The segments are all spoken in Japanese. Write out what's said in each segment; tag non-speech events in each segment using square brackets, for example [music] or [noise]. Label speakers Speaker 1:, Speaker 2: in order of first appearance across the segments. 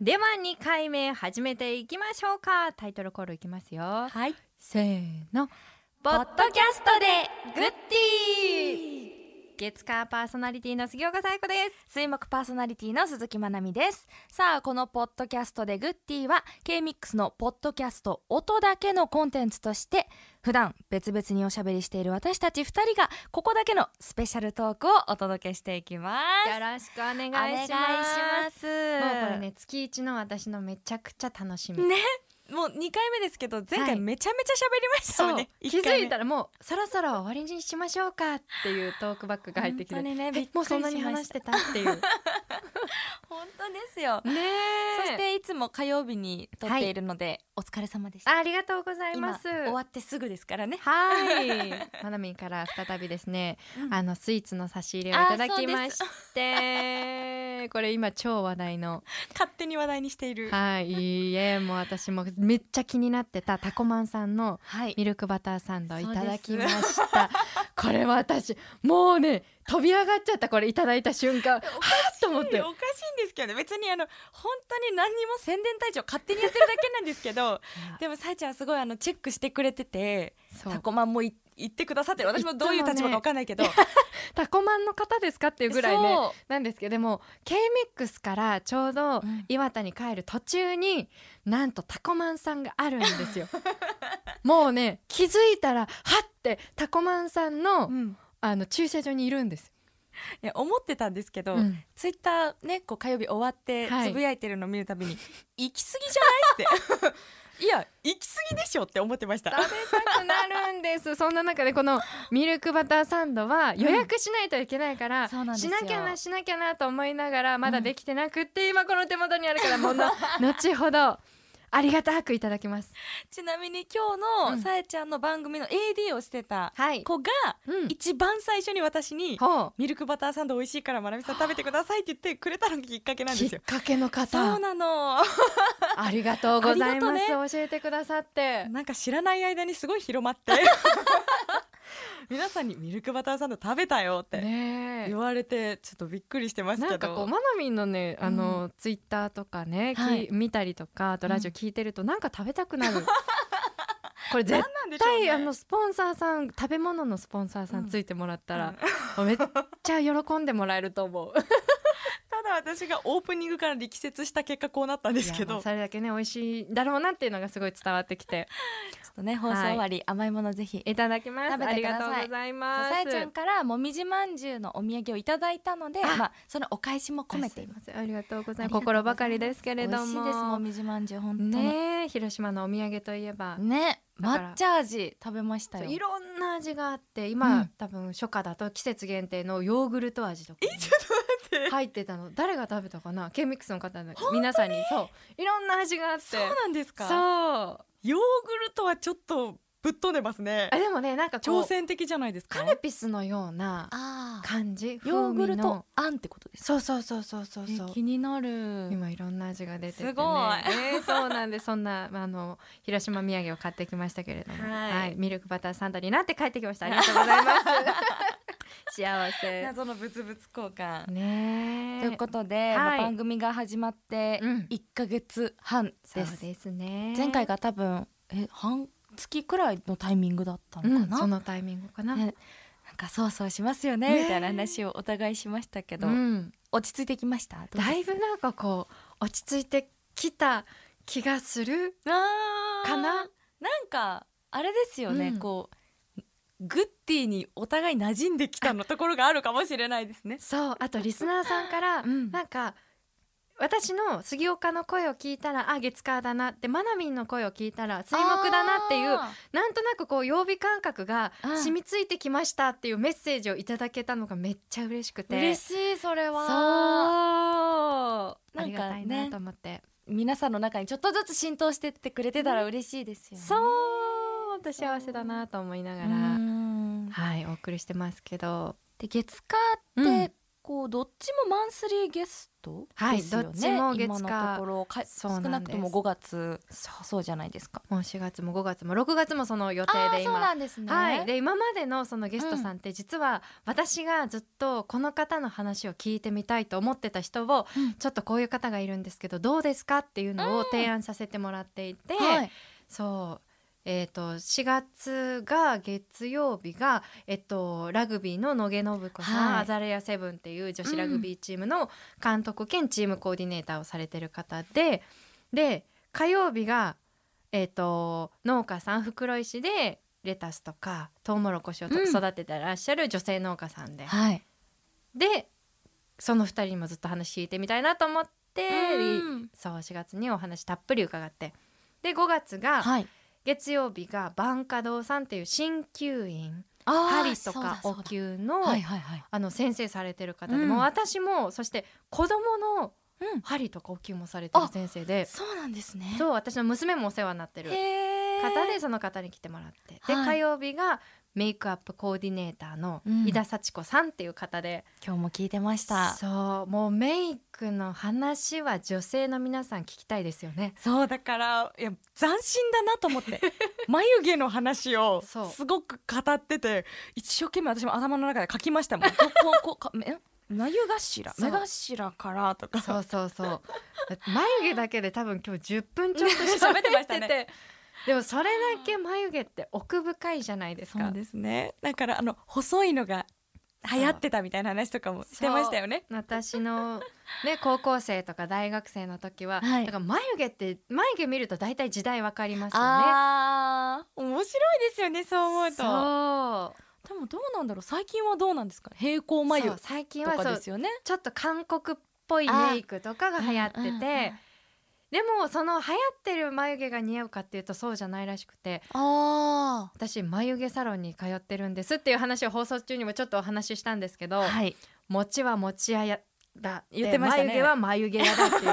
Speaker 1: では2回目始めていきましょうかタイトルコールいきますよ
Speaker 2: はい
Speaker 1: せーのポッドキャストでグッディ月火パーソナリティの杉岡彩子です
Speaker 2: 水木パーソナリティの鈴木まなみですさあこのポッドキャストでグッディは K-MIX のポッドキャスト音だけのコンテンツとして普段別々におしゃべりしている私たち2人がここだけのスペシャルトークをお届けしていきます
Speaker 1: よろしくお願いし
Speaker 2: お願い
Speaker 1: ま
Speaker 2: し
Speaker 1: す
Speaker 2: ます
Speaker 1: もうこれね月一の私のめちゃくちゃ楽しみ、
Speaker 2: ねもう2回目ですけど前
Speaker 1: は
Speaker 2: 回
Speaker 1: い
Speaker 2: めちゃめちゃ喋りました
Speaker 1: そ
Speaker 2: よ
Speaker 1: う
Speaker 2: ね、
Speaker 1: 気づいた
Speaker 2: ら
Speaker 1: らもうそろそろ終わりにしましょうかっていうトークバックが入ってきて、
Speaker 2: 本当にねびっ
Speaker 1: えもうそんなに
Speaker 2: くりしま
Speaker 1: 話
Speaker 2: し
Speaker 1: したてたっていう
Speaker 2: [laughs]
Speaker 1: ね
Speaker 2: 本当ですよそし
Speaker 1: え
Speaker 2: ていつも火曜日に撮っているので、お疲れ様でした
Speaker 1: ありがとうござい
Speaker 2: 今
Speaker 1: ます
Speaker 2: 終わってすぐですからね
Speaker 1: はい、まなみんから再びですね、
Speaker 2: うん
Speaker 1: あのスイーツの差し入れをいただきまして、これ今超話題の、
Speaker 2: 勝手に話題にしている
Speaker 1: はい、いいえ、もう私もめっちゃ気になってたタコマンさんの
Speaker 2: はい
Speaker 1: ミルクバターサンドい
Speaker 2: そうです
Speaker 1: ただきま
Speaker 2: [laughs]
Speaker 1: した。これ私もうね飛び上がっちゃったこれいただいた瞬間、はあと思って
Speaker 2: お。かしいんですけどね別にあの本当に何にも宣伝隊長勝手にやってるだけなんですけどでもさえちゃんはすごいあのチェックしてくれてて
Speaker 1: そう
Speaker 2: タコマンもい言ってくださってる私もどういう
Speaker 1: いつもね
Speaker 2: 立場か分かんないけど、
Speaker 1: タコマンの方ですかっていうぐらいね
Speaker 2: そ
Speaker 1: なんですけどでも K-MIX からちょうど
Speaker 2: うん
Speaker 1: 岩手に帰る途中になんとタコマンさんがあるんです [laughs] よもうね気づいたらはってタコマンさんの,、
Speaker 2: う、うん
Speaker 1: あの駐車場にいるんです、
Speaker 2: いや思ってたんですけど、
Speaker 1: うん
Speaker 2: ツイッターねこう火曜日終わって
Speaker 1: はい
Speaker 2: つぶやいてるの見るたびに、 [laughs] 行き過ぎじゃないって [laughs] いや行き過ぎでしょって思ってました
Speaker 1: 食べたくなるんです [laughs] そんな中でこのミルクバターサンドは予約しないといけないから、
Speaker 2: そうなんです
Speaker 1: し
Speaker 2: よ
Speaker 1: なきゃなしなきゃなと思いながらまだできてなくって、今この手元にあるからもう [laughs] の後ほどありがたくいただきます
Speaker 2: [laughs] ちなみに今日
Speaker 1: う
Speaker 2: の
Speaker 1: ん
Speaker 2: さえちゃんの番組の AD をしてた
Speaker 1: はい
Speaker 2: 子が
Speaker 1: うん
Speaker 2: 一番最初に私に
Speaker 1: ほう
Speaker 2: ミルクバターサンド美味しいからまなみさん食べてくださいって言ってくれたのがきっかけなんですよ。
Speaker 1: きっかけの
Speaker 2: [laughs] そう
Speaker 1: 方
Speaker 2: なの
Speaker 1: [laughs] ありがとうござい
Speaker 2: あ
Speaker 1: ま
Speaker 2: り
Speaker 1: す、
Speaker 2: が
Speaker 1: 教えてくださって
Speaker 2: [laughs] なんか知らない間にすごい広ま [laughs] って皆さんにミルクバターサンド食べたよって
Speaker 1: ねえ
Speaker 2: 言われてちょっとびっくりしてますけど
Speaker 1: なんかこうマナミンのねあの、ツイッターとかね、き
Speaker 2: はい
Speaker 1: 見たりとかあとラジオ聞いてると、なんか食べたくな
Speaker 2: [laughs]
Speaker 1: るこれ絶
Speaker 2: 何
Speaker 1: 対
Speaker 2: なんでしょうね
Speaker 1: あのスポンサーさん食べ物のスポンサーさ
Speaker 2: うん
Speaker 1: んついてもらった
Speaker 2: う
Speaker 1: ら
Speaker 2: ん、
Speaker 1: めっちゃ喜んでもらえると思う
Speaker 2: ただ私がオープニングから力説した結果こうなったん [laughs] ですけ
Speaker 1: いやま
Speaker 2: ど
Speaker 1: あそれだけね美味しいだろうなっていうのがすごい伝わってき
Speaker 2: [laughs]
Speaker 1: て
Speaker 2: ちょっとね放
Speaker 1: はい
Speaker 2: り甘いものぜひ
Speaker 1: いただきます
Speaker 2: 食べてく
Speaker 1: あ
Speaker 2: ださい
Speaker 1: りがとうございます
Speaker 2: さえちゃんからもみじまんじゅうのお土産をいただいたので
Speaker 1: あ
Speaker 2: まあそのお返しも込めています
Speaker 1: ありがとうござい
Speaker 2: ありがとうござい
Speaker 1: ます
Speaker 2: ます
Speaker 1: 心ばかりですけ
Speaker 2: 美
Speaker 1: れども
Speaker 2: 味しいですもみじまんじゅう本当に
Speaker 1: ねえ広島のお土産といえば、
Speaker 2: ね
Speaker 1: だから
Speaker 2: 抹茶味食べましたよ
Speaker 1: いろんな味があって今、
Speaker 2: うん
Speaker 1: 多分初夏だと季節限定のヨーグルト味とか、
Speaker 2: ちょっと待って
Speaker 1: 入ってたの誰が食べたかな K-MIX の方の皆さんにそういろんな味があって
Speaker 2: そうなんですか
Speaker 1: そう
Speaker 2: ヨーグルトはちょっとぶっ飛んでますね
Speaker 1: あでもねなんかこ
Speaker 2: 挑
Speaker 1: う
Speaker 2: 戦的じゃないですか
Speaker 1: カルピスのような
Speaker 2: あー
Speaker 1: 感じ
Speaker 2: ヨーグ
Speaker 1: 風味
Speaker 2: ル
Speaker 1: の
Speaker 2: トあんってことです
Speaker 1: そうそうそうそうそう
Speaker 2: ね
Speaker 1: そう
Speaker 2: 気になる
Speaker 1: 今いろんな味が出てて、ね、
Speaker 2: すごい
Speaker 1: ねそうなんでそんな、まあ、あの広島土産を買ってきましたけれども、
Speaker 2: はい
Speaker 1: ミルクバターサンドになって帰ってきましたありがとうございます
Speaker 2: [laughs]
Speaker 1: 幸せ
Speaker 2: 謎のブツブツ交換
Speaker 1: ねえ
Speaker 2: ということで、
Speaker 1: い
Speaker 2: まあ番組が始まって
Speaker 1: うん
Speaker 2: 1ヶ月半
Speaker 1: そ
Speaker 2: で
Speaker 1: う
Speaker 2: す,、
Speaker 1: ですね
Speaker 2: 前回が多分え半月くらいのタイミングだった
Speaker 1: う
Speaker 2: のか
Speaker 1: ん
Speaker 2: な、
Speaker 1: そのタイミングかな、
Speaker 2: ねなんかそうそうしますよね
Speaker 1: ね
Speaker 2: みたいな話をお互いしましたけど、
Speaker 1: うん、
Speaker 2: 落ち着いてきました
Speaker 1: だい
Speaker 2: ぶ
Speaker 1: ぶなんかこう落ち着いてきた気がする
Speaker 2: か
Speaker 1: かな
Speaker 2: なんかあれですよね、
Speaker 1: うん
Speaker 2: こうグッディにお互い馴染んできたのところがあるかもしれないですね。
Speaker 1: そうあとリスナーさんから
Speaker 2: うん
Speaker 1: なんか私の杉岡の声を聞いたらあ月火だなってマナミンの声を聞いたら水木だなっていう
Speaker 2: あ
Speaker 1: なんとなくこう曜日感覚が
Speaker 2: うん
Speaker 1: 染みついてきましたっていうメッセージをいただけたのがめっちゃ嬉しく
Speaker 2: ー
Speaker 1: て
Speaker 2: 嬉しいそれ
Speaker 1: そう
Speaker 2: は
Speaker 1: ありがたいなと思って、
Speaker 2: 皆さんの中にちょっとずつ浸透してってくれてたら嬉しいですよね。
Speaker 1: そう私幸せだなと思いながら、
Speaker 2: うん
Speaker 1: はいお送りしてますけど
Speaker 2: で月火って、
Speaker 1: うん
Speaker 2: こうどっちもマンスリーゲスト
Speaker 1: はい
Speaker 2: ですよね、
Speaker 1: どっちも月火
Speaker 2: 今のところか
Speaker 1: そ
Speaker 2: 少
Speaker 1: うなんです
Speaker 2: なくとも5月そうじゃないですか。
Speaker 1: もう4月も5月も6月もその予定で
Speaker 2: そう
Speaker 1: 今
Speaker 2: なんですね、
Speaker 1: はい、で今までのそのゲストさんって実は私がずっとこの方の話を聞いてみたいと思ってた人を
Speaker 2: うん
Speaker 1: ちょっとこういう方がいるんですけどどうですかっていうのを提案させてもらっていて、
Speaker 2: はい
Speaker 1: そう、えー、と4月が月曜日が、えっと、ラグビーの野毛信子さん、
Speaker 2: はい
Speaker 1: アザレアセブンっていう女子ラグビーチームの監督兼チームコーディネーターをされてる方でで火曜日が、えー、と農家さん袋井市でレタスとかトウモロコシをと
Speaker 2: うん
Speaker 1: 育ててらっしゃる女性農家さんで、
Speaker 2: はい
Speaker 1: でその2人にもずっと話聞いてみたいなと思って、
Speaker 2: うん
Speaker 1: そう4月にお話たっぷり伺ってで5月が、
Speaker 2: はい、
Speaker 1: 月曜日が晩華堂さんっていう鍼灸院
Speaker 2: あー
Speaker 1: 針と
Speaker 2: そうだ
Speaker 1: か
Speaker 2: そう
Speaker 1: お
Speaker 2: だ
Speaker 1: 灸の,、
Speaker 2: はいはいはい、
Speaker 1: あの先生されてる方で、
Speaker 2: うん
Speaker 1: もう私もそして子供の
Speaker 2: うん、
Speaker 1: 針とかお灸もされてる先生で
Speaker 2: そうなんですね。
Speaker 1: そう私の娘もお世話になってる
Speaker 2: へー
Speaker 1: 方でその方に来てもらってで、
Speaker 2: は
Speaker 1: 火
Speaker 2: い
Speaker 1: 曜日がメイクアップコーディネーターの
Speaker 2: うん
Speaker 1: 井田幸子さんっていう方で、
Speaker 2: 今日も聞いてました。
Speaker 1: そうもうメイクの話は女性の皆さん聞きたいですよね。
Speaker 2: そうだからいや斬新だなと思って
Speaker 1: [laughs]
Speaker 2: 眉毛の話を
Speaker 1: そう
Speaker 2: すごく語ってて一生懸命私も頭の中で書きまし
Speaker 1: [laughs]
Speaker 2: たもん。こここかえ眉頭
Speaker 1: そう
Speaker 2: 目頭からとか
Speaker 1: そうそうそう。だって眉毛だけで多分今日10分ちょっと
Speaker 2: 喋ってました
Speaker 1: 喋
Speaker 2: ね
Speaker 1: っててでもそれだけ眉毛って奥深いじゃないです
Speaker 2: そう
Speaker 1: か。
Speaker 2: ですね。だからあの細いのが流行ってたみたいな話とかもしてましたよね。
Speaker 1: 私のね高校生とか大学生の時は、
Speaker 2: はい
Speaker 1: だから眉毛って眉毛見ると大体時代わかりますよね。
Speaker 2: ああ面白いですよねそう思うと。
Speaker 1: そう
Speaker 2: でもどうなんだろう最近はどうなんですか平行眉
Speaker 1: そ
Speaker 2: と
Speaker 1: う最近は
Speaker 2: か
Speaker 1: そ
Speaker 2: で
Speaker 1: う
Speaker 2: すよね。
Speaker 1: ちょっと韓国っぽいメイクとかが流行ってて、
Speaker 2: うんうんうん
Speaker 1: でもその流行ってる眉毛が似合うかっていうとそうじゃないらしくて
Speaker 2: あ
Speaker 1: 私眉毛サロンに通ってるんですっていう話を放送中にもちょっとお話ししたんですけど、
Speaker 2: あはい。
Speaker 1: 餅は餅屋やだで
Speaker 2: 言ってましたね
Speaker 1: 眉毛は眉毛屋だっていう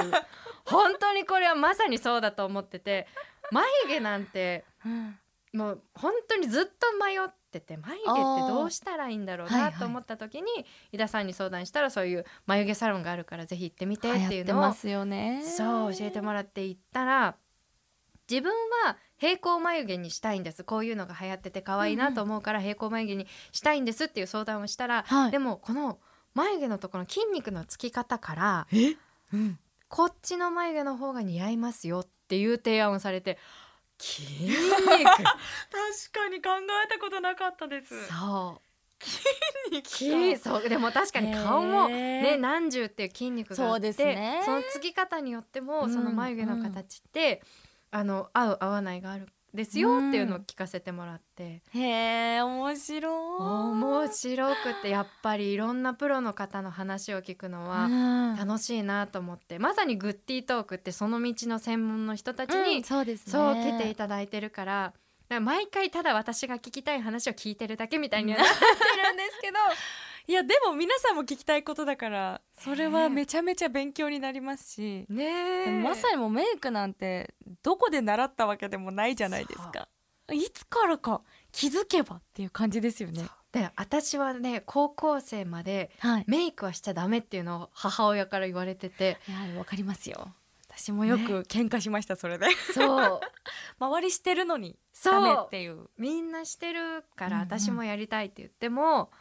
Speaker 1: 本当にこれはまさにそうだと思ってて [laughs] 眉毛なんて
Speaker 2: うん
Speaker 1: もう本当にずっと迷ってて眉毛ってどうしたらいいんだろう
Speaker 2: あーは
Speaker 1: ない
Speaker 2: はい
Speaker 1: と思った時に、井田さんに相談したらそういう眉毛サロンがあるからぜひ行ってみてっていうのを
Speaker 2: すよね
Speaker 1: そう教えてもらって行ったら自分は平行眉毛にしたいんですこういうのが流行ってて可愛いなと思うから平行眉毛にしたいんですっていう相談をしたら、
Speaker 2: はい
Speaker 1: でもこの眉毛のところの筋肉のつき方から
Speaker 2: え、うん、
Speaker 1: こっちの眉毛の方が似合いますよっていう提案をされ
Speaker 2: [laughs]
Speaker 1: て筋肉
Speaker 2: 確かに考えたことなかったです
Speaker 1: そう
Speaker 2: 筋
Speaker 1: 筋そうでも確かに顔もね何十っていう筋肉があ
Speaker 2: そ
Speaker 1: っ
Speaker 2: う
Speaker 1: て
Speaker 2: ですね
Speaker 1: そのつき方によっても
Speaker 2: うん
Speaker 1: その眉毛の形って、あの合う合わないがあるんですよっていうのを聞かせてもらって、
Speaker 2: へえ面白い
Speaker 1: 面白くてやっぱりいろんなプロの方の話を聞くのは
Speaker 2: うん
Speaker 1: 楽しいなと思って、まさにグッディトークってその道の専門の人たちに、
Speaker 2: うんそうですね
Speaker 1: そう来ていただいてるから。だから毎回ただ私が聞きたい話を聞いてるだけみたいにはなってるんですけど
Speaker 2: いやでも皆さんも聞きたいことだから [laughs] それはめちゃめちゃ勉強になりますし、
Speaker 1: ねえ
Speaker 2: でもまさにもうメイクなんてどこで習ったわけでもないじゃないですかいつからか気づけばっていう感じですよね
Speaker 1: で私はね高校生まで
Speaker 2: はい
Speaker 1: メイクはしちゃダメっていうのを母親から言われて
Speaker 2: [laughs]
Speaker 1: て
Speaker 2: いやわかりますよ私もよく喧嘩しましたそ [laughs] れで
Speaker 1: そう
Speaker 2: 周りしてるのに
Speaker 1: そ
Speaker 2: ダメっ
Speaker 1: う
Speaker 2: ていう
Speaker 1: みんなしてるか
Speaker 2: う
Speaker 1: ら
Speaker 2: んうん
Speaker 1: 私もやりたいって言っても、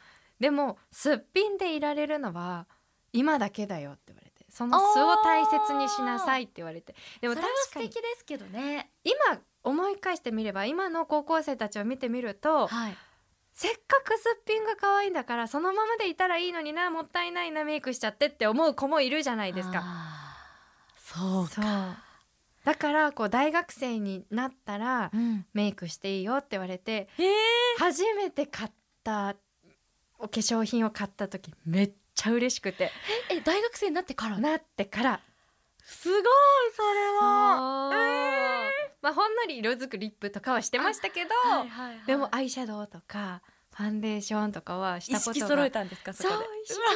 Speaker 1: でもすっぴんでいられるのは今だけだよって言われてその素を大切にしなさいって言われてでも確かに
Speaker 2: ですけどね
Speaker 1: 今思い返してみれば今の高校生たちを見てみると
Speaker 2: はい
Speaker 1: せっかくすっぴんが可愛いんだからそのままでいたらいいのになもったいないなメイクしちゃってって思う子もいるじゃないですか。
Speaker 2: そう
Speaker 1: そうだからこう大学生になったら
Speaker 2: うん
Speaker 1: メイクしていいよって言われて
Speaker 2: えー、
Speaker 1: 初めて買ったお化粧品を買った時めっちゃ嬉しくて
Speaker 2: え大学生になってから
Speaker 1: なってから
Speaker 2: すごいそれは
Speaker 1: そうまあほんのり色づくリップとかはしてましたけど、
Speaker 2: いはいはい
Speaker 1: でもアイシャドウとかファンデーションとかはした
Speaker 2: 意
Speaker 1: ことが
Speaker 2: 識揃えたんですかそ
Speaker 1: そう
Speaker 2: こ
Speaker 1: 意
Speaker 2: で
Speaker 1: 識 [laughs] 揃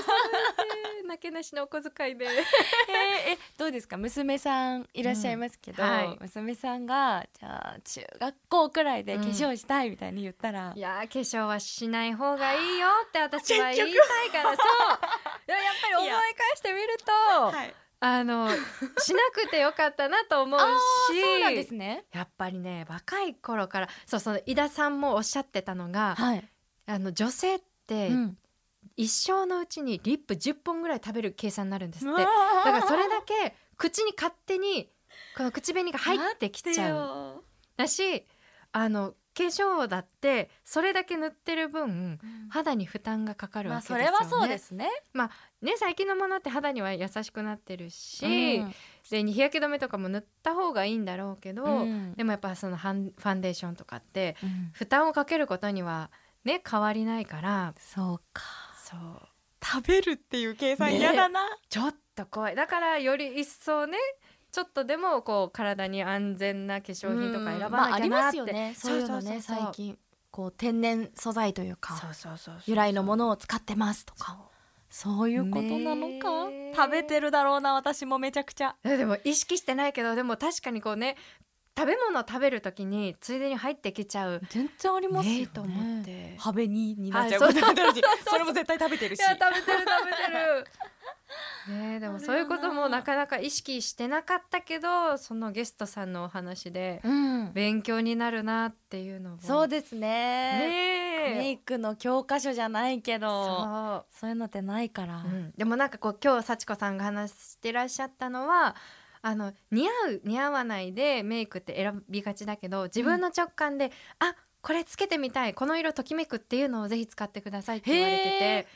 Speaker 1: えてなけなしのお小遣いで
Speaker 2: えーえどうですか娘さんいらっしゃいますけど、
Speaker 1: うんはい
Speaker 2: 娘さんがじゃあ中学校くらいで
Speaker 1: うん
Speaker 2: 化粧したいみたいに言ったら、
Speaker 1: いやー化粧はしない方がいいよって私は言いたいからそうでもやっぱり思い返してみると、
Speaker 3: はい、
Speaker 1: あのしなくてよかったなと思う
Speaker 2: あー
Speaker 1: し
Speaker 2: そうなんですね
Speaker 1: やっぱりね若い頃からそうその井田さんもおっしゃってたのが、
Speaker 2: はい、
Speaker 1: あの女性って
Speaker 2: うん
Speaker 1: 一生のうちにリップ10本ぐらい食べる計算になるんですって、
Speaker 3: うわ
Speaker 1: だ
Speaker 3: ー
Speaker 1: からそれだけ口に勝手にこの口紅が入ってきちゃう
Speaker 3: う
Speaker 1: だしあの化粧だってそれだけ塗ってる分肌に負担がかかる
Speaker 2: ま
Speaker 1: わ
Speaker 2: あ
Speaker 1: けですよ
Speaker 2: そ
Speaker 1: ね。
Speaker 2: れはそうですね。
Speaker 1: ね最近のものって肌には優しくなってるし、
Speaker 2: うん
Speaker 1: で日焼け止めとかも塗った方がいいんだろうけど、
Speaker 2: うん
Speaker 1: でもやっぱそのハンファンデーションとかって
Speaker 2: うん
Speaker 1: 負担をかけることにはね変わりないから
Speaker 2: そうか。
Speaker 1: そう
Speaker 3: 食べるっていう計算
Speaker 1: ね
Speaker 3: 嫌だな、
Speaker 1: ちょっと怖いだからより一層ねちょっとでもこう体に安全な化粧品とか選ばなきゃ
Speaker 2: まあ、あり
Speaker 1: な
Speaker 2: ま
Speaker 1: っ
Speaker 2: す
Speaker 1: て、
Speaker 2: よね。そういうのね
Speaker 1: そうそうそう
Speaker 2: 最近こう天然素材という
Speaker 1: そ
Speaker 2: か
Speaker 1: うそうそうそう
Speaker 2: 由来のものを使ってますとかそういうことなのか。
Speaker 1: ねえ
Speaker 3: 食べてるだろうな私もめちゃくちゃ
Speaker 1: えでも意識してないけどでも確かにこうね食べ物を食べるときについでに入ってきちゃう
Speaker 2: 全然ありますよね。
Speaker 1: ねえと思って
Speaker 2: ハベニーにな
Speaker 1: は
Speaker 2: っ
Speaker 1: い
Speaker 2: ちゃう
Speaker 1: そう
Speaker 2: こ
Speaker 1: い
Speaker 2: と。
Speaker 1: や食べ
Speaker 3: それも絶対食べてるし
Speaker 1: てる食べてる [laughs] ねえでもそういうこともなかなか意識してなかったけどそのゲストさんのお話で
Speaker 2: うん。
Speaker 1: 勉強になるなっていうのも
Speaker 2: そう
Speaker 1: で
Speaker 2: ですね。メ
Speaker 1: ねえ
Speaker 2: イクの教科書じゃないけど、
Speaker 1: そう
Speaker 2: そういうのってないから。
Speaker 1: うん、でもなんかこう今日幸子さんが話してらっしゃったのはあの似合う似合わないでメイクって選びがちだけど自分の直感で、あこれつけてみたいこの色ときめくっていうのをぜひ使ってくださいって言われて
Speaker 2: へ
Speaker 1: て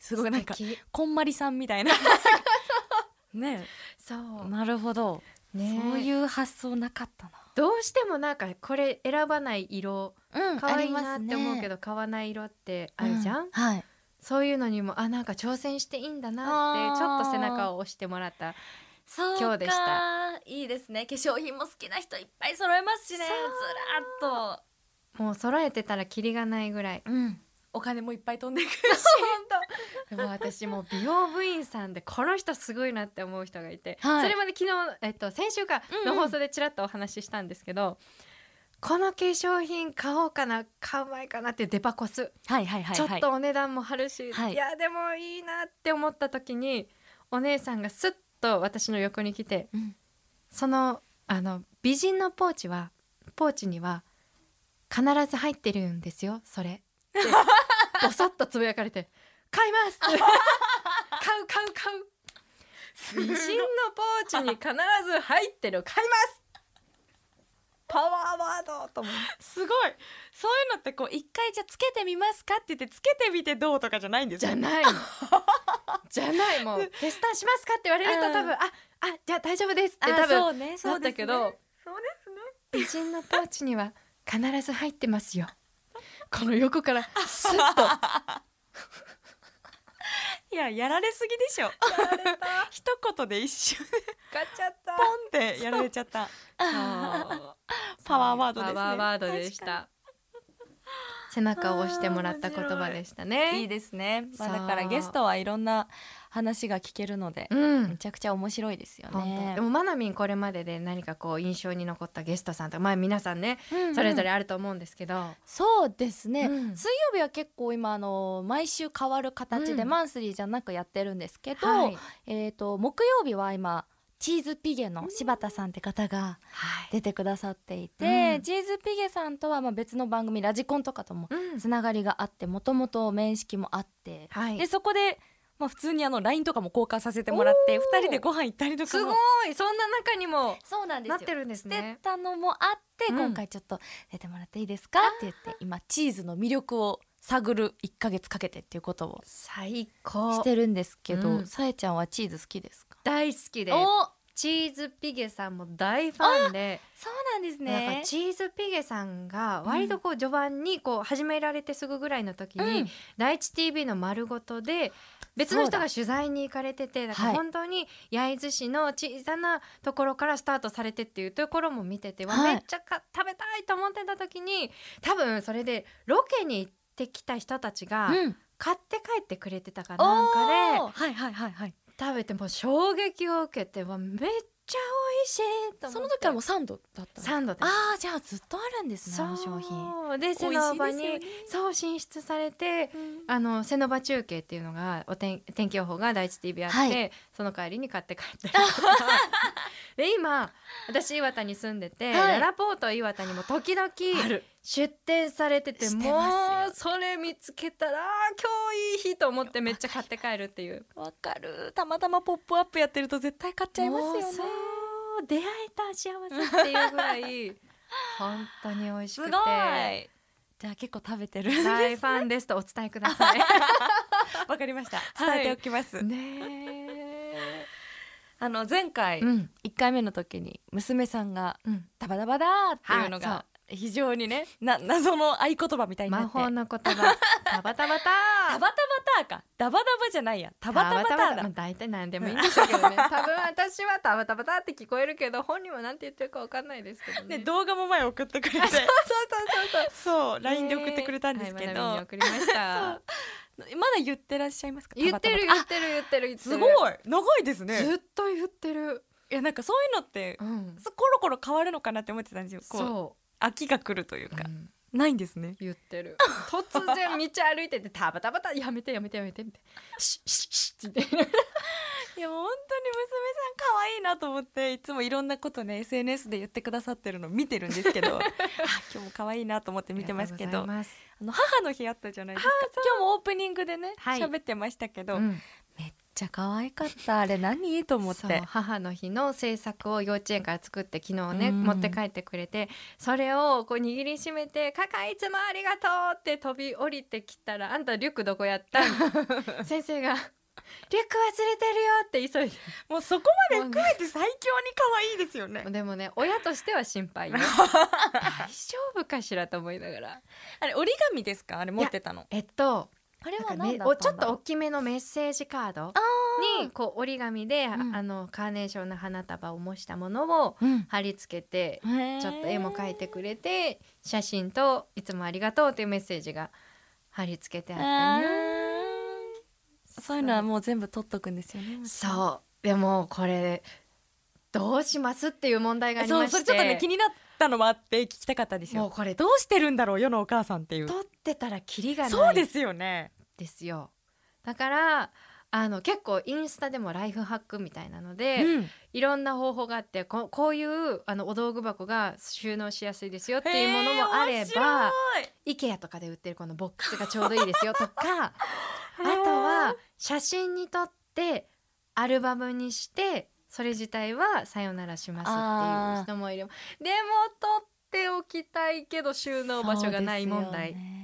Speaker 2: ーすごいなんか
Speaker 1: 素敵
Speaker 2: こんまりさんみ [laughs] たいな。ね
Speaker 1: そう、
Speaker 2: なるほど。
Speaker 1: ね
Speaker 2: そういう発想なかった
Speaker 1: どうしてもなんかこれ選ばない色
Speaker 2: な。うん
Speaker 1: 可愛いなって思うけど、買わない色ってあるじゃん、
Speaker 2: はい。
Speaker 1: そういうのにもあなんか挑戦していいんだなってちょっと背中を押してもらった
Speaker 2: そうか
Speaker 1: 今日でした
Speaker 2: いいですね。化粧品も好きな人いっぱい揃えますしね。ずらっと。
Speaker 1: もう揃えてたらキリがないぐらい
Speaker 2: うん。お金もいっぱい飛んでくるし。
Speaker 1: でも私もう美容部員さんでこの人すごいなって思う人がいて、
Speaker 2: はい
Speaker 1: それまで昨日、えっと、先週か
Speaker 2: うんう
Speaker 1: の
Speaker 2: ん
Speaker 1: 放送でちらっとお話ししたんですけど、この化粧品買おうかな買うまいかなってデパコス、
Speaker 2: はいはいはい
Speaker 1: ちょっとお値段も張るし、
Speaker 2: はい
Speaker 1: い、やでもいいなって思った時にお姉さんがスッと私の横に来て
Speaker 2: うん
Speaker 1: そのあの美人のポーチはポーチには必ず入ってるんですよそれ。でボソッとつぶやかれて「買います買う買う買う」美人のポーチに必ず入ってる買いますパワーワードと思う
Speaker 3: すごいそういうのってこう一回じゃあつけてみますかって言ってつけてみてどうとかじゃないんです
Speaker 1: じ
Speaker 3: よ
Speaker 1: ゃないじゃないも [laughs] う「テスターしますか?」って言われると多分「ああじゃあ大丈夫です」って多分
Speaker 2: うね
Speaker 1: なったけど、
Speaker 3: そうですね
Speaker 1: 美人のポーチには必ず入ってます [laughs] よこの横からスッと
Speaker 3: いややられすぎでしょ一言で一瞬
Speaker 1: 買っちゃっ
Speaker 3: ポンってやられちゃったパワーワードですね
Speaker 1: [laughs] パワーワードでした背中を押してもらった言葉でした
Speaker 2: いい
Speaker 1: ね
Speaker 2: ですね。まあ
Speaker 1: そう
Speaker 2: だからゲストはいろんな話が聞けるので、
Speaker 1: うん
Speaker 2: めちゃくちゃ面白いですよ
Speaker 1: 本当
Speaker 2: ね
Speaker 1: で。もまなみんこれまでで何かこう印象に残ったゲストさんとかまあ皆さんね、
Speaker 2: うんうん
Speaker 1: それぞれあると思うんですけど、
Speaker 2: そうですね、
Speaker 1: うん
Speaker 2: 水曜日は結構今あの毎週変わる形で
Speaker 1: うん
Speaker 2: マンスリーじゃなくやってるんですけど、
Speaker 1: はい
Speaker 2: えー、と木曜日は今チーズピゲの柴田さんって方が出てくださっていて、
Speaker 1: うん
Speaker 2: チーズピゲさんとはまあ別の番組ラジコンとかとも
Speaker 1: うん
Speaker 2: つながりがあってもともと面識もあって、
Speaker 1: はい
Speaker 2: でそこで、まあ、普通にあの LINE とかも交換させてもらって
Speaker 1: おー
Speaker 2: 2人でご飯行ったりとか
Speaker 1: すご
Speaker 2: も
Speaker 1: いそんな中にも
Speaker 2: そうなんです
Speaker 1: なっ
Speaker 2: よ
Speaker 1: てるんです
Speaker 2: 出
Speaker 1: ね
Speaker 2: たのもあって、
Speaker 1: うん
Speaker 2: 今回ちょっと出てもらっていいですかって言って今チーズの魅力を探る1ヶ月かけてっていうことを
Speaker 1: 最
Speaker 2: し
Speaker 1: 高
Speaker 2: てるんですけど、
Speaker 1: うん
Speaker 2: さえちゃんはチーズ好きですか
Speaker 1: 大好きで
Speaker 2: お
Speaker 1: チーズピゲさんも大ファンで
Speaker 2: そうなんです
Speaker 1: なん
Speaker 2: ね
Speaker 1: か。チーズピゲさんが割とこう序盤にこう始められてすぐぐらいの時に、
Speaker 2: うん
Speaker 1: 第一 TV の丸ごとで別の人が取材に行かれててだから
Speaker 2: はい
Speaker 1: 本当に焼津市の小さなところからスタートされてっていうところも見てて、わ
Speaker 2: はい
Speaker 1: めっちゃか食べたいと思ってた時に多分それでロケに行ってきた人たちが
Speaker 2: うん、
Speaker 1: 買って帰ってくれてたかなんかで、
Speaker 2: おーはいはいはいはい。
Speaker 1: 食べてもう衝撃を受けてわめっちゃ美味しいと思って
Speaker 2: その時からもうサンドだったの
Speaker 1: サンドです
Speaker 4: ああじゃあずっとあるんですねあの商品
Speaker 1: そうで
Speaker 2: 美
Speaker 1: セ
Speaker 2: 味し
Speaker 1: ノ
Speaker 2: い
Speaker 1: バ
Speaker 2: で
Speaker 1: に、
Speaker 2: すよね
Speaker 1: そう進出されて
Speaker 2: うん
Speaker 1: あのセノバ中継っていうのがお天天気予報が第一 TV あって、
Speaker 4: はい
Speaker 1: その帰りに買って帰ったりとかで今私岩田に住んでて、
Speaker 4: はい
Speaker 1: ララポート岩田にも時々
Speaker 2: ある
Speaker 1: 出店されてて
Speaker 4: してます
Speaker 1: も
Speaker 4: よ
Speaker 1: うそれ見つけたら今日いい日と思ってめっちゃ買って帰るっていう。
Speaker 2: わかるたまたま「ポップアップやってると絶対買っちゃいますよ
Speaker 1: もう
Speaker 2: ね
Speaker 1: そう出会えた幸せっていうぐらい [laughs] 本当に美味し
Speaker 2: す
Speaker 1: く
Speaker 2: ごい
Speaker 1: て
Speaker 2: じゃあ結構食べてる
Speaker 1: 大ファンですとお伝えください。
Speaker 2: わかりま [laughs] した
Speaker 1: はい
Speaker 2: 伝えておきます、
Speaker 1: [laughs] ねえ。
Speaker 2: あの前回
Speaker 1: うん
Speaker 2: 一回目の時に娘さんが
Speaker 1: うん。
Speaker 2: 「ダバダバだ」っていうの
Speaker 1: は
Speaker 2: が非常にねな謎の合言葉みたいにな
Speaker 1: 魔
Speaker 2: って
Speaker 1: 法の言葉。タバタバ
Speaker 2: ダ
Speaker 1: タ。
Speaker 2: バタバターかダバダバじゃないや
Speaker 1: タ
Speaker 2: タバタバターだ
Speaker 1: まあ大体何でもいいんでしょうけどね。多分私はタバタバタって聞こえるけど本人はなんて言ってるかわかんないですけどね。
Speaker 2: ね動画も前送ってくれ
Speaker 1: そ
Speaker 2: て
Speaker 1: う [laughs] そうそうそう。
Speaker 2: そう LINE で送ってくれたんですけど、
Speaker 1: ねはい、学びに送りまし
Speaker 2: そ
Speaker 1: た
Speaker 2: う。まだ言ってらっしゃいますか
Speaker 1: 言ってる
Speaker 2: タ
Speaker 1: 言
Speaker 2: バタバター
Speaker 1: ってる言ってる言っ
Speaker 2: あ
Speaker 1: てる。
Speaker 2: すごい長いですね
Speaker 1: ずっと言ってる。
Speaker 2: いやなんかそういうのって
Speaker 1: うん。
Speaker 2: そうコロコロ変わるのかなって思ってたんですよこう
Speaker 1: そ
Speaker 2: 秋が来るという
Speaker 1: う。
Speaker 2: か
Speaker 1: う、ん
Speaker 2: ないんですね
Speaker 1: 言ってる突然道歩いててタバタバタやめてやめてやめてみたいなシッシッシッって言って
Speaker 2: いや本当に娘さん可愛いなと思っていつもいろんなことね SNS で言ってくださってるの見てるんですけ [laughs] どあ今日も可愛いなと思って見てますけ
Speaker 1: ありがと
Speaker 2: ど
Speaker 1: うございます
Speaker 2: あの母の日あったじゃないですか今日もオープニングでね
Speaker 1: はい
Speaker 2: 喋、ってましたけど、
Speaker 1: うん
Speaker 2: めっちゃ可愛かったあれ何と思っ
Speaker 1: そう
Speaker 2: て
Speaker 1: 母の日の制作を幼稚園から作って昨日ね、
Speaker 2: うん
Speaker 1: 持って帰ってくれてそれをこう握りしめて「カカいつもありがとう」って飛び降りてきたら「あんたリュックどこやった?」
Speaker 2: [laughs]
Speaker 1: 先生が「リュック忘れてるよ」って急いで
Speaker 2: もうそこまで含めて最強に可愛いですよね
Speaker 1: でもね親としては心配
Speaker 2: [laughs]
Speaker 1: よ大丈夫かしらと思いながら
Speaker 2: あれ折り紙ですかあれ持ってたの
Speaker 1: えっと
Speaker 2: あれ
Speaker 1: なんか
Speaker 2: は
Speaker 1: め
Speaker 2: 何だ
Speaker 1: お
Speaker 2: った
Speaker 1: ちょ
Speaker 2: ん
Speaker 1: っ
Speaker 2: だ
Speaker 1: と
Speaker 2: ろ
Speaker 1: 大
Speaker 2: う
Speaker 1: きめのメッセージカードにこう折り紙で、あ
Speaker 2: うん
Speaker 1: あのカーネーションの花束を模したものを
Speaker 2: うん
Speaker 1: 貼り付けて
Speaker 2: へー
Speaker 1: ちょっと絵も描いてくれて写真と「いつもありがとう」というメッセージが貼り付けてあった
Speaker 2: あ
Speaker 1: ね。
Speaker 2: ーそういうのはもう全部取っとくんですよね
Speaker 1: そうでもこれどうしますっていう問題があり
Speaker 2: そ
Speaker 1: ま
Speaker 2: う
Speaker 1: して
Speaker 2: それちょっとね気になったのもあって聞きたかったんです
Speaker 1: もう
Speaker 2: よ
Speaker 1: これ
Speaker 2: どうしてるんだろう世のお母さんっていう
Speaker 1: 撮ってたらキリが
Speaker 2: そ
Speaker 1: な
Speaker 2: うで
Speaker 1: い
Speaker 2: すよね
Speaker 1: ですよ。だからあの結構インスタでもライフハックみたいなので、
Speaker 2: うん
Speaker 1: いろんな方法があってここういうあのお道具箱が収納しやすいですよっていうものもあれ
Speaker 2: へー面
Speaker 1: ば
Speaker 2: 白
Speaker 1: IKEA とかで売ってるこのボックスがちょうどいいですよと
Speaker 2: [laughs]
Speaker 1: かあと
Speaker 2: い
Speaker 1: は写真に撮ってアルバムにしてそれ自体は「さよならします」っていう人もいるでも撮っておきたいけど収納場所がない問題。
Speaker 2: そうですよね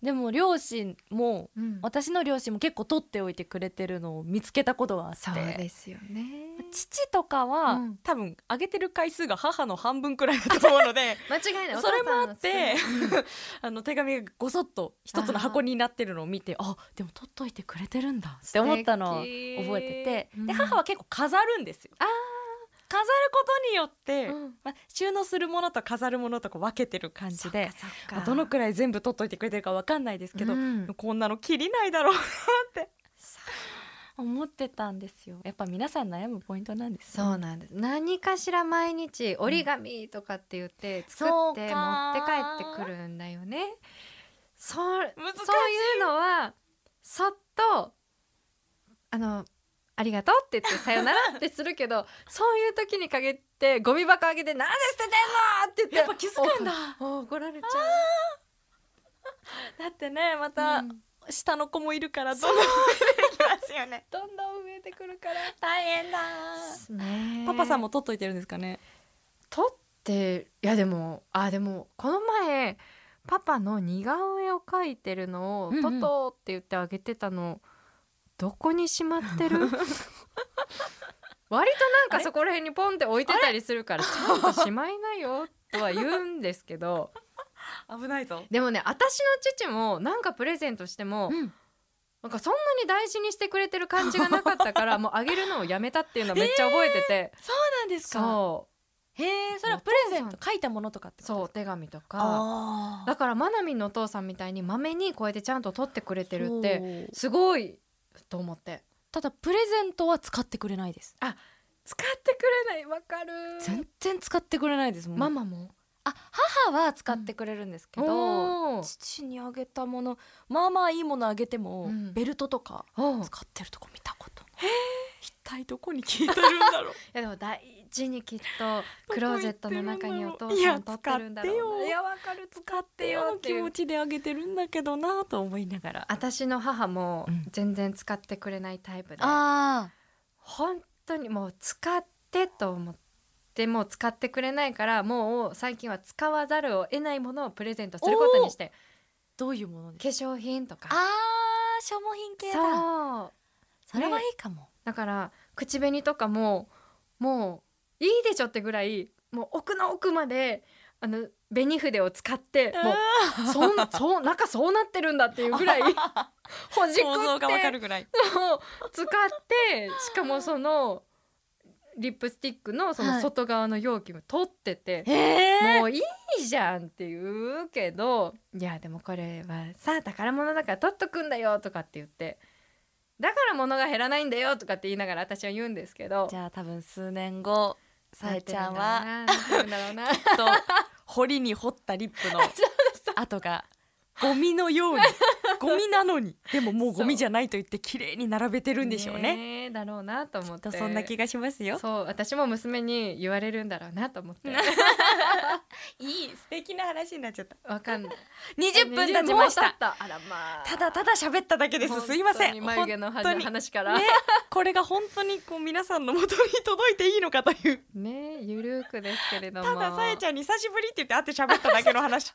Speaker 2: でも両親も
Speaker 1: うん
Speaker 2: 私の両親も結構取っておいてくれてるのを見つけたことはあ
Speaker 1: そう
Speaker 2: って
Speaker 1: ですよね
Speaker 2: 父とかは、
Speaker 1: うん
Speaker 2: 多分あげてる回数が母の半分くらいだと思うので
Speaker 1: 間違いない
Speaker 2: それもあ
Speaker 1: お
Speaker 2: っ
Speaker 1: 父さんの
Speaker 2: て
Speaker 1: 好きな
Speaker 2: あの手紙がごそっと一つの箱になってるのを見てあでも取っといてくれてるんだって思ったのを覚えてて、
Speaker 1: 素敵うん
Speaker 2: で母は結構飾るんですよ。
Speaker 1: あー
Speaker 2: 飾ることによって、
Speaker 1: うん
Speaker 2: まあ、収納するものと飾るものとか分けてる感じで、
Speaker 1: そっかそっか
Speaker 2: まあどのくらい全部取っといてくれてるか分かんないですけど、
Speaker 1: うん
Speaker 2: こんなの切りないだろうなって
Speaker 1: さ
Speaker 2: 思ってたんですよやっぱ皆さん悩むポイントなんですね
Speaker 1: そうなんです何かしら毎日折り紙とかって言って作
Speaker 2: そう
Speaker 1: って持って
Speaker 2: か
Speaker 1: 帰ってくるんだよね。そうそう
Speaker 2: 難しい
Speaker 1: いうのはそっとあの「ありがとう」って言って「さよなら」ってするけ
Speaker 2: [laughs]
Speaker 1: どそういう時に限ってゴミ箱あげて「なんで捨ててんの!」って言って
Speaker 2: やっぱ気づくんだ
Speaker 1: お怒られちゃ
Speaker 2: だってねまた
Speaker 1: う、うん
Speaker 2: 下の子もいるからどんどん増えてきますよね
Speaker 1: どんどん植えてくるから。
Speaker 2: [laughs] 大変だ
Speaker 1: ねえ
Speaker 2: パパさんも取っといてるんですかね
Speaker 1: 撮っていやでもあでもこの前パパの似顔絵を描いてるのを
Speaker 2: うんう
Speaker 1: 「
Speaker 2: ん
Speaker 1: トト」って言ってあげてたのどこにしまって
Speaker 2: [laughs]
Speaker 1: る割となんかそこら辺にポンって置いてたりするからちゃんとしまいなよとは言うんですけ
Speaker 2: [laughs]
Speaker 1: ど
Speaker 2: 危ないぞ
Speaker 1: でもね私の父もなんかプレゼントしても、
Speaker 2: うん
Speaker 1: なんかそんなに大事にしてくれてる感じがなかったから
Speaker 2: [laughs]
Speaker 1: もうあげるのをやめたっていうのめっちゃ覚えてて、
Speaker 2: なんですか
Speaker 1: そ
Speaker 2: へえそれはプレゼント書いたものとかって
Speaker 1: う
Speaker 2: こと
Speaker 1: そうお
Speaker 2: ですか
Speaker 1: 手紙とか。
Speaker 2: あ
Speaker 1: だからマナミンのお父さんみたいにまめにこうやってちゃんと取ってくれてるって
Speaker 2: て
Speaker 1: すごいと思って
Speaker 2: ただプレゼントは使ってくれないです
Speaker 1: 使ってくれないわかる
Speaker 2: 全然使ってくれないですもん
Speaker 1: ママも
Speaker 2: あ母は使ってくれるんですけど、
Speaker 1: おー
Speaker 2: 父にあげたものまあまあいいものあげても、
Speaker 1: うん
Speaker 2: ベルトとか
Speaker 1: おうい
Speaker 2: 使ってるとこ見たことない一体どこに聞いてるんだろう
Speaker 1: やでも大事にき
Speaker 2: [laughs]
Speaker 1: っとクローゼットの中にお父
Speaker 2: い
Speaker 1: さ
Speaker 2: や
Speaker 1: ん取ってるんだろうない
Speaker 2: 使ってよ
Speaker 1: やわかる
Speaker 2: [laughs] 使ってよの気持ちであげてるんだけどなと思いながら
Speaker 1: 私の母も
Speaker 2: うん
Speaker 1: 全然使ってくれないタイプで、
Speaker 2: あ
Speaker 1: 本当にもう使ってと思ってもう使ってくれないからもう最近は使わざるを得ないものをプレゼントすることにして
Speaker 2: どういうものです
Speaker 1: 化粧品とか
Speaker 2: あー消耗品系だ
Speaker 1: そう
Speaker 2: それはいいかも、
Speaker 1: だから口紅とかももういいでしょってぐらいもう奥の奥まであの紅筆を使ってもうそうそう中そうなってるんだっていうぐ
Speaker 2: [laughs]
Speaker 1: らいほじく
Speaker 2: 構造
Speaker 1: っ
Speaker 2: がわか
Speaker 1: て
Speaker 2: るぐらい
Speaker 1: を使ってしかもそのリップスティックのそ
Speaker 2: は
Speaker 1: の
Speaker 2: い
Speaker 1: 外側の容器も取ってて、
Speaker 2: え
Speaker 1: もういいじゃんって言うけどいやでもこれはさ宝物だから取っとくんだよとかって言ってだから物が減らないんだよとかって言いながら私は言うんですけど
Speaker 2: じゃあ多分数年後さえちゃんは
Speaker 1: なってるんだろうななってるんだろうな
Speaker 2: と掘りに掘ったリッ [laughs] プの跡がゴミのよう [laughs] にゴミなのにでももうゴミじゃないと言って綺麗に並べてるんでしょうね
Speaker 1: ねえだろうなと思っ
Speaker 2: と
Speaker 1: て
Speaker 2: そんな気がしますよ
Speaker 1: そう私も娘に言われるんだろうなと思って
Speaker 2: [laughs] いい素敵な話になっちゃった
Speaker 1: わかんない
Speaker 2: 20分経ちました
Speaker 1: たあらまあ
Speaker 2: ただただ喋っただけですすいませ
Speaker 1: 本当に
Speaker 2: ん
Speaker 1: 眉毛の
Speaker 2: 本当に
Speaker 1: 話から
Speaker 2: ねこれが本当にこう皆さんの元に届いていいのかという
Speaker 1: ねゆるーくですけれども
Speaker 2: たださえちゃんに久しぶりって言って会って喋っただけの話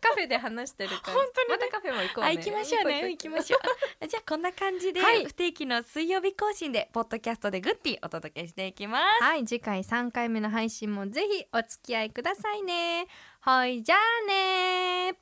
Speaker 1: カフェで話してるから
Speaker 2: 本当にね
Speaker 1: またカフェも行こうね
Speaker 5: あ行きましょうね行きましょ
Speaker 1: [laughs]
Speaker 5: うじゃあこんな感じで、
Speaker 1: はい
Speaker 5: 不定期の水曜日更新でポッドキャストでグッティお届けしていきます
Speaker 1: はい次回3回目の配信もぜひお付き合いくださいねほいじゃあね